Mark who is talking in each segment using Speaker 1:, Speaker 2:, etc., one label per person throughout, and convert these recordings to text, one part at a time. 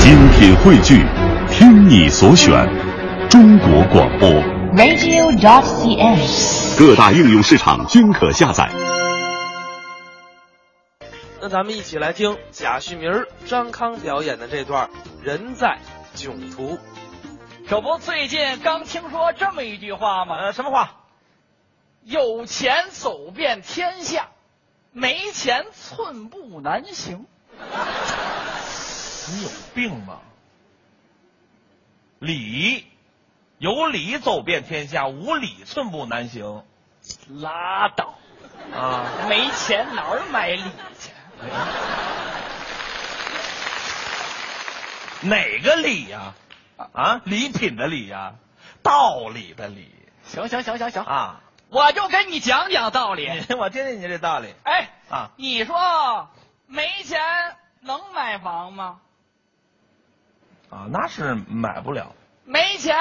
Speaker 1: 精品汇聚，听你所选，中国广播。
Speaker 2: radio.cn。
Speaker 1: 各大应用市场均可下载。
Speaker 3: 那咱们一起来听贾旭明儿、张康表演的这段《人在囧途》。
Speaker 4: 这不最近刚听说这么一句话吗？
Speaker 3: 呃，什么话？
Speaker 4: 有钱走遍天下，没钱寸步难行。
Speaker 5: 你有病吧？礼，有礼走遍天下，无礼寸步难行
Speaker 4: 拉倒，
Speaker 5: 啊！
Speaker 4: 没钱哪儿买礼去？
Speaker 5: 哪个礼呀、啊？礼品的礼呀、道理的理
Speaker 4: 行行行行行，
Speaker 5: 啊！
Speaker 4: 我就跟你讲讲道理。
Speaker 3: 嗯
Speaker 5: 你我听听你这道理
Speaker 4: 哎，
Speaker 5: 啊
Speaker 4: 你说没钱能买房吗？
Speaker 5: 啊，那是买不了，
Speaker 4: 没钱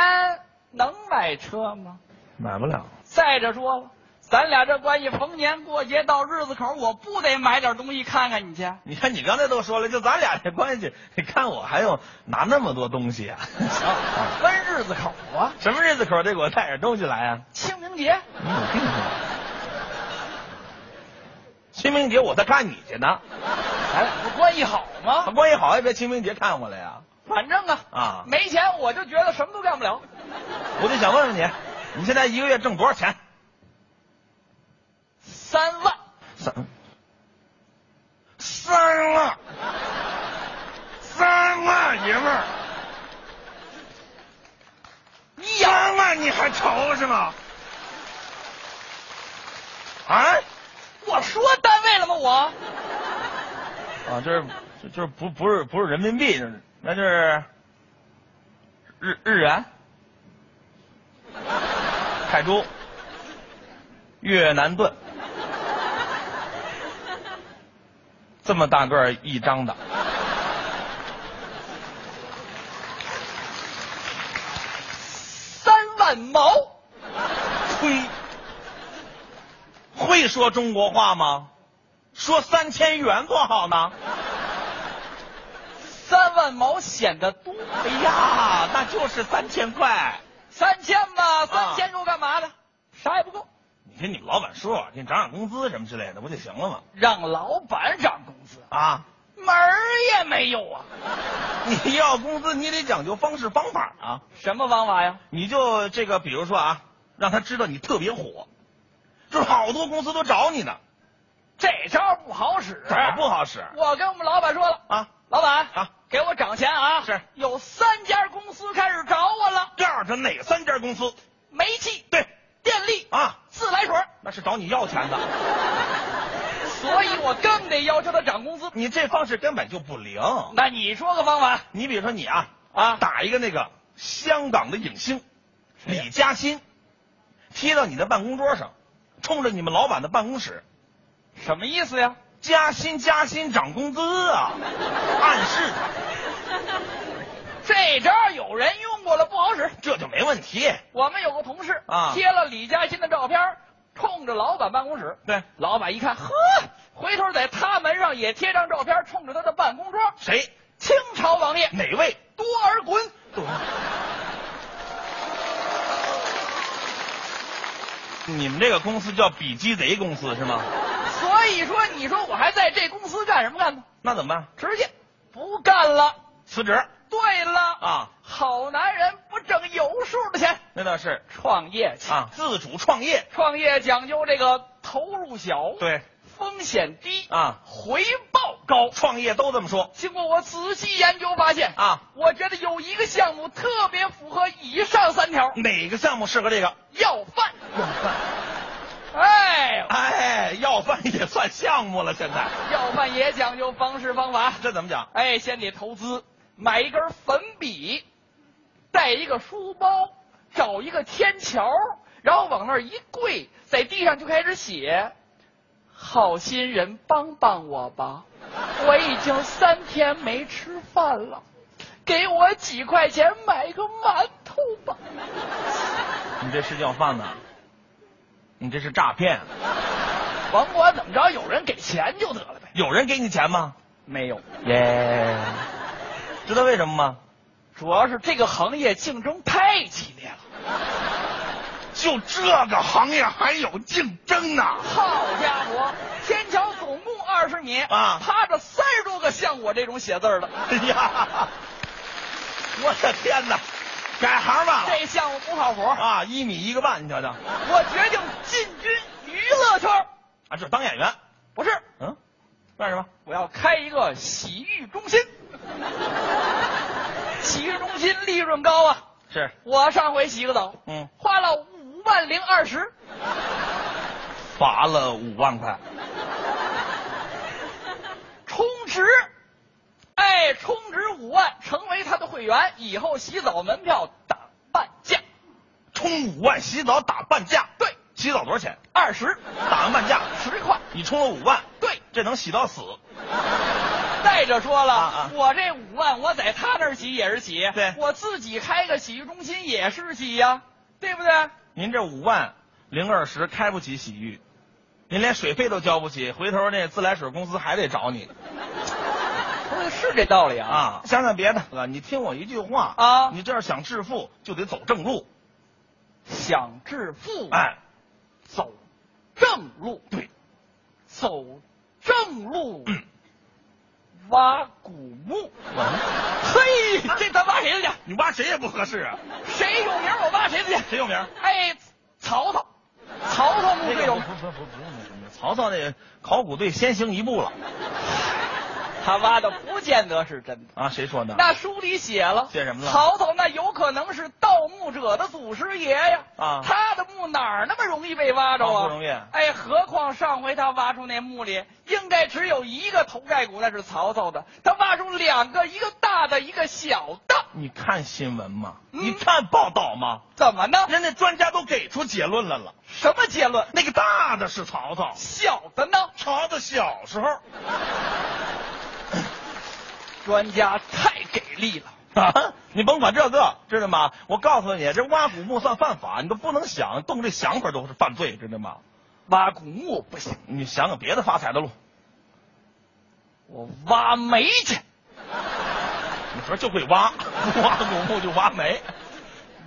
Speaker 4: 能买车吗？
Speaker 5: 买不了。
Speaker 4: 再者说了，咱俩这关系，逢年过节到日子口，我不得买点东西看看你去？
Speaker 5: 你看你刚才都说了，就咱俩这关系，你看我还用拿那么多东西啊？ 啊
Speaker 4: 分日子口啊，
Speaker 5: 什么日子口得给我带点东西来啊？
Speaker 4: 清明节
Speaker 5: 你有病吧？ 清明节我在看你去呢，啊
Speaker 4: 咱俩不关系好吗？
Speaker 5: 关系好也别清明节看我来呀、
Speaker 4: 反正啊，
Speaker 5: 啊
Speaker 4: 没钱我就觉得什么都干不了。
Speaker 5: 我就想问问你，你现在一个月挣多少钱？
Speaker 4: 三万，
Speaker 5: 三三万，三万爷们儿，
Speaker 4: 你有
Speaker 5: 三万你还愁是吗？啊？
Speaker 4: 我说单位了吗？我
Speaker 5: 啊，就是就就是不不是不是人民币，就是那就是日日元、泰铢、越南盾，这么大个儿一张的。
Speaker 4: 三万毛，
Speaker 5: 呸！会说中国话吗？说三千元多好呢！
Speaker 4: 三万毛显得多。
Speaker 5: 哎呀，那就是三千块。
Speaker 4: 三千吧，三
Speaker 5: 啊
Speaker 4: 千够干嘛的？啥也不够，
Speaker 5: 你跟你老板说，给你涨涨工资什么之类的，不就行了吗？
Speaker 4: 让老板涨工资，
Speaker 5: 啊，
Speaker 4: 门儿也没有啊！
Speaker 5: 你要工资，你得讲究方式方法啊。
Speaker 4: 什么方法呀？
Speaker 5: 你就这个，比如说啊，让他知道你特别火，就是好多公司都找你呢，
Speaker 4: 这招不好使，啊
Speaker 5: 怎么不好使
Speaker 4: 我跟我们老板说了，
Speaker 5: 啊？
Speaker 4: 老板
Speaker 5: 啊，
Speaker 4: 给我涨钱啊！
Speaker 5: 是
Speaker 4: 有三家公司开始找我了，
Speaker 5: 告诉他哪三家公司？
Speaker 4: 煤气、
Speaker 5: 对
Speaker 4: 电力、
Speaker 5: 啊，
Speaker 4: 自来水，
Speaker 5: 那是找你要钱的。
Speaker 4: 所以我更得要求他涨工资。
Speaker 5: 你这方式根本就不灵。
Speaker 4: 那你说个方法
Speaker 5: 你比如说你啊
Speaker 4: 啊
Speaker 5: 打一个那个香港的影星李嘉欣，贴到你的办公桌上，冲着你们老板的办公室，
Speaker 4: 什么意思呀？
Speaker 5: 加薪加薪涨工资啊，暗示他，
Speaker 4: 这招有人用过了，不好使。
Speaker 5: 这就没问题。
Speaker 4: 我们有个同事
Speaker 5: 啊
Speaker 4: 贴了李嘉欣的照片，冲着老板办公室。
Speaker 5: 对
Speaker 4: 老板一看，呵，回头在他门上也贴张照片，冲着他的办公桌。
Speaker 5: 谁？
Speaker 4: 清朝王爷
Speaker 5: 哪位？
Speaker 4: 多尔衮，
Speaker 5: 你们这个公司叫比鸡贼公司是吗？
Speaker 4: 所以说你说我还在这公司干什么干呢？
Speaker 5: 那怎么办？
Speaker 4: 直接不干了。
Speaker 5: 辞职
Speaker 4: 对了
Speaker 5: 啊？
Speaker 4: 好男人不挣有数的钱，
Speaker 5: 那倒是
Speaker 4: 创业去。
Speaker 5: 啊，自主创业。
Speaker 4: 创业讲究这个投入小，，
Speaker 5: 对
Speaker 4: 风险低，
Speaker 5: 啊，
Speaker 4: 回报高。
Speaker 5: 创业都这么说
Speaker 4: 经过我仔细研究发现，
Speaker 5: 啊。
Speaker 4: 我觉得有一个项目特别符合以上三条，
Speaker 5: 哪个项目适合这个？
Speaker 4: 要饭。哎，
Speaker 5: 哎，要饭也算项目了，现在
Speaker 4: 要饭也讲究方式方法。
Speaker 5: 这怎么讲？
Speaker 4: 哎，先得投资，买一根粉笔，带一个书包，找一个天桥，然后往那儿一跪，在地上就开始写：“好心人帮帮我吧，我已经三天没吃饭了，给我几块钱买个馒头吧。
Speaker 5: 你这是要饭呢？你这是诈骗！”
Speaker 4: 甭管怎么着，有人给钱就得了呗。
Speaker 5: 有人给你钱吗？
Speaker 4: 没有，
Speaker 5: 耶，知道为什么吗？
Speaker 4: 主要是这个行业竞争太激烈了。
Speaker 2: 就这个行业还有竞争呢？
Speaker 4: 好家伙，天桥总共二十米
Speaker 5: 啊
Speaker 4: 趴着三十多个像我这种写字儿的，
Speaker 5: 哎呀，我的天哪，改行吧
Speaker 4: 这项目不靠谱。
Speaker 5: 啊，一米一个半，你瞧瞧啊，
Speaker 4: 我决定进军娱乐圈儿，
Speaker 5: 就是啊当演员，
Speaker 4: 不是，
Speaker 5: 嗯，干什么？
Speaker 4: 我要开一个洗浴中心。洗浴中心利润高啊！
Speaker 5: 是，
Speaker 4: 我上回洗个澡，
Speaker 5: 嗯，
Speaker 4: 花了五万零二十，
Speaker 5: 罚了五万块，
Speaker 4: 充值，哎，充值五万，成为他的会员，以后洗澡门票打半价，
Speaker 5: 充五万洗澡打半价，
Speaker 4: 对，
Speaker 5: 洗澡多少钱？
Speaker 4: 二十
Speaker 5: 打完半价，
Speaker 4: 十块，
Speaker 5: 你充了五万，
Speaker 4: 对。
Speaker 5: 这能洗到死。
Speaker 4: 再者说了，
Speaker 5: 啊啊
Speaker 4: 我这五万我在他那儿洗也是洗，
Speaker 5: 对
Speaker 4: 我自己开个洗浴中心也是洗呀、对不对？
Speaker 5: 您这五万零二十开不起洗浴，您连水费都交不起，回头那自来水公司还得找你
Speaker 4: 不是是这道理啊。
Speaker 5: 啊！想想别的，哥，你听我一句话
Speaker 4: 啊
Speaker 5: 你这要想致富就得走正路，
Speaker 4: 想致富，，
Speaker 5: 哎，
Speaker 4: 走正路，
Speaker 5: 对，
Speaker 4: 走正路，挖古墓。嘿，这咱挖谁的去？
Speaker 5: 你挖谁也不合适啊！
Speaker 4: 谁有名我挖谁的去。
Speaker 5: 谁有名？
Speaker 4: 哎，曹操，曹操墓最有
Speaker 5: 不
Speaker 4: 名。
Speaker 5: 不不不用不用，曹操那考古队先行一步了
Speaker 4: 他挖的不见得是真的。
Speaker 5: 啊！谁说的？
Speaker 4: 那书里写了，
Speaker 5: 写什么了
Speaker 4: 曹操那有可能是盗墓者的祖师爷呀！
Speaker 5: 啊
Speaker 4: 他的墓哪儿那么容易被挖着啊？
Speaker 5: 啊不容易
Speaker 4: 哎，何况上回他挖出那墓里，应该只有一个头盖骨，那是曹操的。他挖出两个，一个大的，一个小的，
Speaker 5: 你看新闻吗？
Speaker 4: 嗯
Speaker 5: 你看报道吗？
Speaker 4: 怎么呢？
Speaker 5: 人家专家都给出结论来了，
Speaker 4: 什么结论？
Speaker 5: 那个大的是曹操，
Speaker 4: 小的呢？
Speaker 5: 曹操小时候。
Speaker 4: 专家太给力了。
Speaker 5: 啊！你甭管这个，知道吗？我告诉你，这挖古墓算犯法，你都不能想，动这想法都是犯罪，知道吗？
Speaker 4: 挖古墓不行，
Speaker 5: 你想想别的发财的路，
Speaker 4: 我挖煤去，
Speaker 5: 你说就会挖， 挖古墓就挖煤，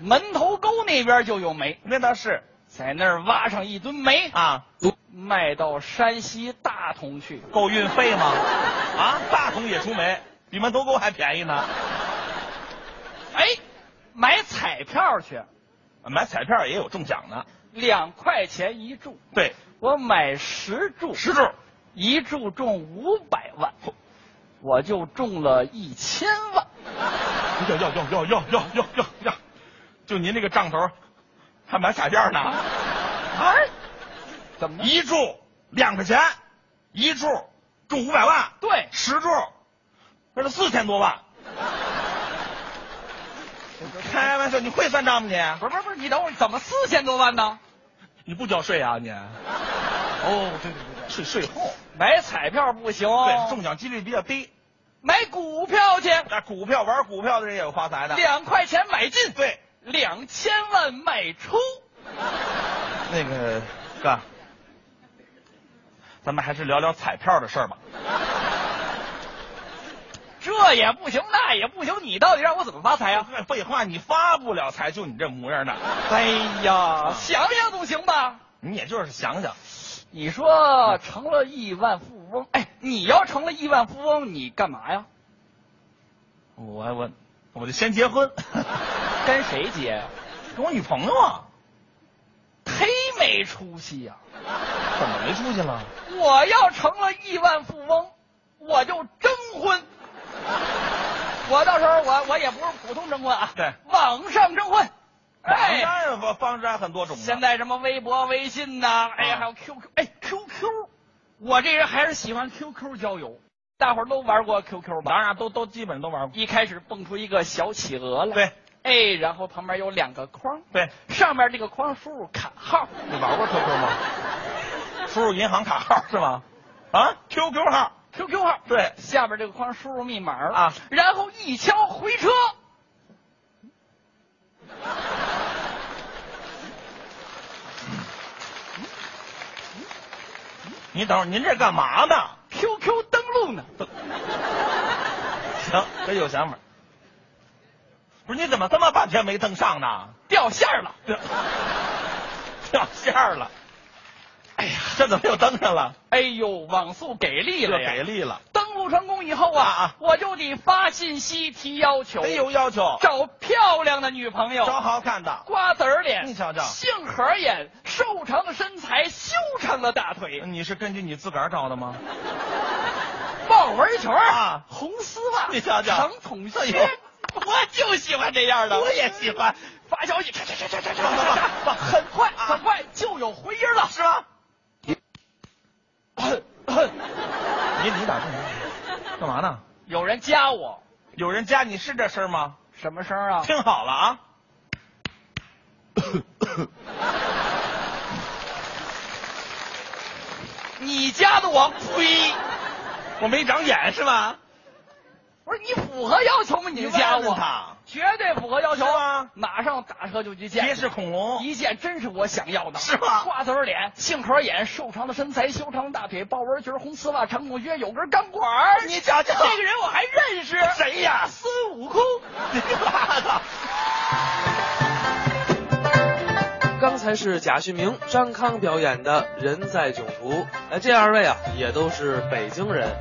Speaker 4: 门头沟那边就有煤，
Speaker 5: 那倒是
Speaker 4: 在那儿挖上一吨煤，
Speaker 5: 啊，
Speaker 4: 卖到山西大同去。
Speaker 5: 够运费吗？啊，大同也出煤，比门头沟还便宜呢。
Speaker 4: 哎，买彩票去，
Speaker 5: 买彩票也有中奖的，
Speaker 4: 两块钱一注，
Speaker 5: 对，
Speaker 4: 我买十注，
Speaker 5: 石柱
Speaker 4: 一注中五百万，我就中了一千万。
Speaker 5: 要要要要要要要要要，就您这个账头，还买彩票呢？
Speaker 4: 哎，怎么了？
Speaker 5: 一注两块钱，一注中五百万，
Speaker 4: 对，
Speaker 5: 十注那是四千多万。开玩笑，你会算账吗你？
Speaker 4: 不是不是不是，你等会儿怎么四千多万呢？
Speaker 5: 你不交税啊你？哦，对对对对，哦税税后，
Speaker 4: 买彩票不行，
Speaker 5: 对，中奖几率比较低。
Speaker 4: 买股票去，
Speaker 5: 那股票玩股票的人也有发财的。
Speaker 4: 两块钱买进，
Speaker 5: 对，
Speaker 4: 两千万卖出。
Speaker 5: 那个哥，咱们还是聊聊彩票的事儿吧。
Speaker 4: 这也不行，那也不行，你到底让我怎么发财啊？
Speaker 5: 废话，你发不了财，就你这模样的，
Speaker 4: 哎呀，想想总行吧？
Speaker 5: 你也就是想想，
Speaker 4: 你说成了亿万富翁，哎，你要成了亿万富翁，你干嘛呀？
Speaker 5: 我我我就先结 婚，
Speaker 4: 跟谁结呀？
Speaker 5: 跟我女朋友啊，
Speaker 4: 忒没出息呀、
Speaker 5: 怎么没出息了？
Speaker 4: 我要成了亿万富翁，我就征 婚。我到时候我我也不是普通征婚啊，
Speaker 5: 对，
Speaker 4: 网上征婚。
Speaker 5: 哎，
Speaker 4: 哎，
Speaker 5: 当然方方式还很多种呢。
Speaker 4: 现在什么微博、微信呐、
Speaker 5: 啊
Speaker 4: 哎呀，还有 QQ，哎，QQ，我这人还是喜欢 QQ 交友。大伙儿都玩过 QQ 吧？
Speaker 5: 当然都都基本上都玩过。
Speaker 4: 一开始蹦出一个小企鹅来，
Speaker 5: 对，
Speaker 4: 哎，然后旁边有两个框，
Speaker 5: 对，
Speaker 4: 上面这个框输入卡号，
Speaker 5: 你玩过 QQ 吗？输入银行卡号是吗？啊，QQ 号，
Speaker 4: QQ 号，
Speaker 5: 对
Speaker 4: 下边这个框输入密码
Speaker 5: 啊，
Speaker 4: 然后一敲回车，
Speaker 5: 你等会儿，您这干嘛呢？
Speaker 4: ，QQ 登录呢？
Speaker 5: 行，真有想法。不是你怎么这么半天没登上呢？
Speaker 4: 掉线儿了。
Speaker 5: 掉掉线儿了。哎呀，这怎么又登上 了？
Speaker 4: 哎呦，网速给力
Speaker 5: 这
Speaker 4: 了呀！
Speaker 5: 给力了。
Speaker 4: 登录成功以后啊，
Speaker 5: 啊啊哎
Speaker 4: 我就得发信息提要求，
Speaker 5: 没有要求，
Speaker 4: 找漂亮的女朋友，
Speaker 5: 找好看的。
Speaker 4: 瓜子儿脸，
Speaker 5: 你瞧瞧
Speaker 4: 杏核眼，瘦长的身材，修长的大腿，
Speaker 5: 你是根据你自个儿找的 吗？
Speaker 4: 豹纹裙儿
Speaker 5: 啊
Speaker 4: 红丝袜，
Speaker 5: 你瞧瞧
Speaker 4: 长筒靴
Speaker 5: 哎呦，
Speaker 4: 我就喜欢这样的，
Speaker 5: 我也喜欢。
Speaker 4: 发消息，嚓嚓嚓嚓嚓嚓
Speaker 5: 吧吧吧
Speaker 4: 嚓，
Speaker 5: 吧
Speaker 4: 很快
Speaker 5: 啊
Speaker 4: 很快就有回音了，是吧？
Speaker 5: 你你打算干嘛呢？
Speaker 4: 有人加我，
Speaker 5: 有人加你是这事儿吗？
Speaker 4: 什么声啊？
Speaker 5: 听好了啊！
Speaker 4: 你加的我，呸！
Speaker 5: 我没长眼是吧？
Speaker 4: 不是你符合要求吗？你就
Speaker 5: 你
Speaker 4: 加
Speaker 5: 问问
Speaker 4: 我，
Speaker 5: 他
Speaker 4: 绝对符合要求
Speaker 5: 是吗
Speaker 4: 马上打车就去见你，
Speaker 5: 别是恐龙，
Speaker 4: 一见真是我想要的，
Speaker 5: 是吗
Speaker 4: 瓜子儿脸，杏核眼，瘦长的身材，修长的大腿，豹纹裙，红丝袜，长筒靴，有根钢管儿。
Speaker 5: 你瞧瞧
Speaker 4: 这个人我还认识，
Speaker 5: 谁呀？
Speaker 4: 孙悟空。
Speaker 5: 你妈的！
Speaker 3: 刚才是贾旭明、张康表演的《人在囧途》，哎，这二位啊也都是北京人，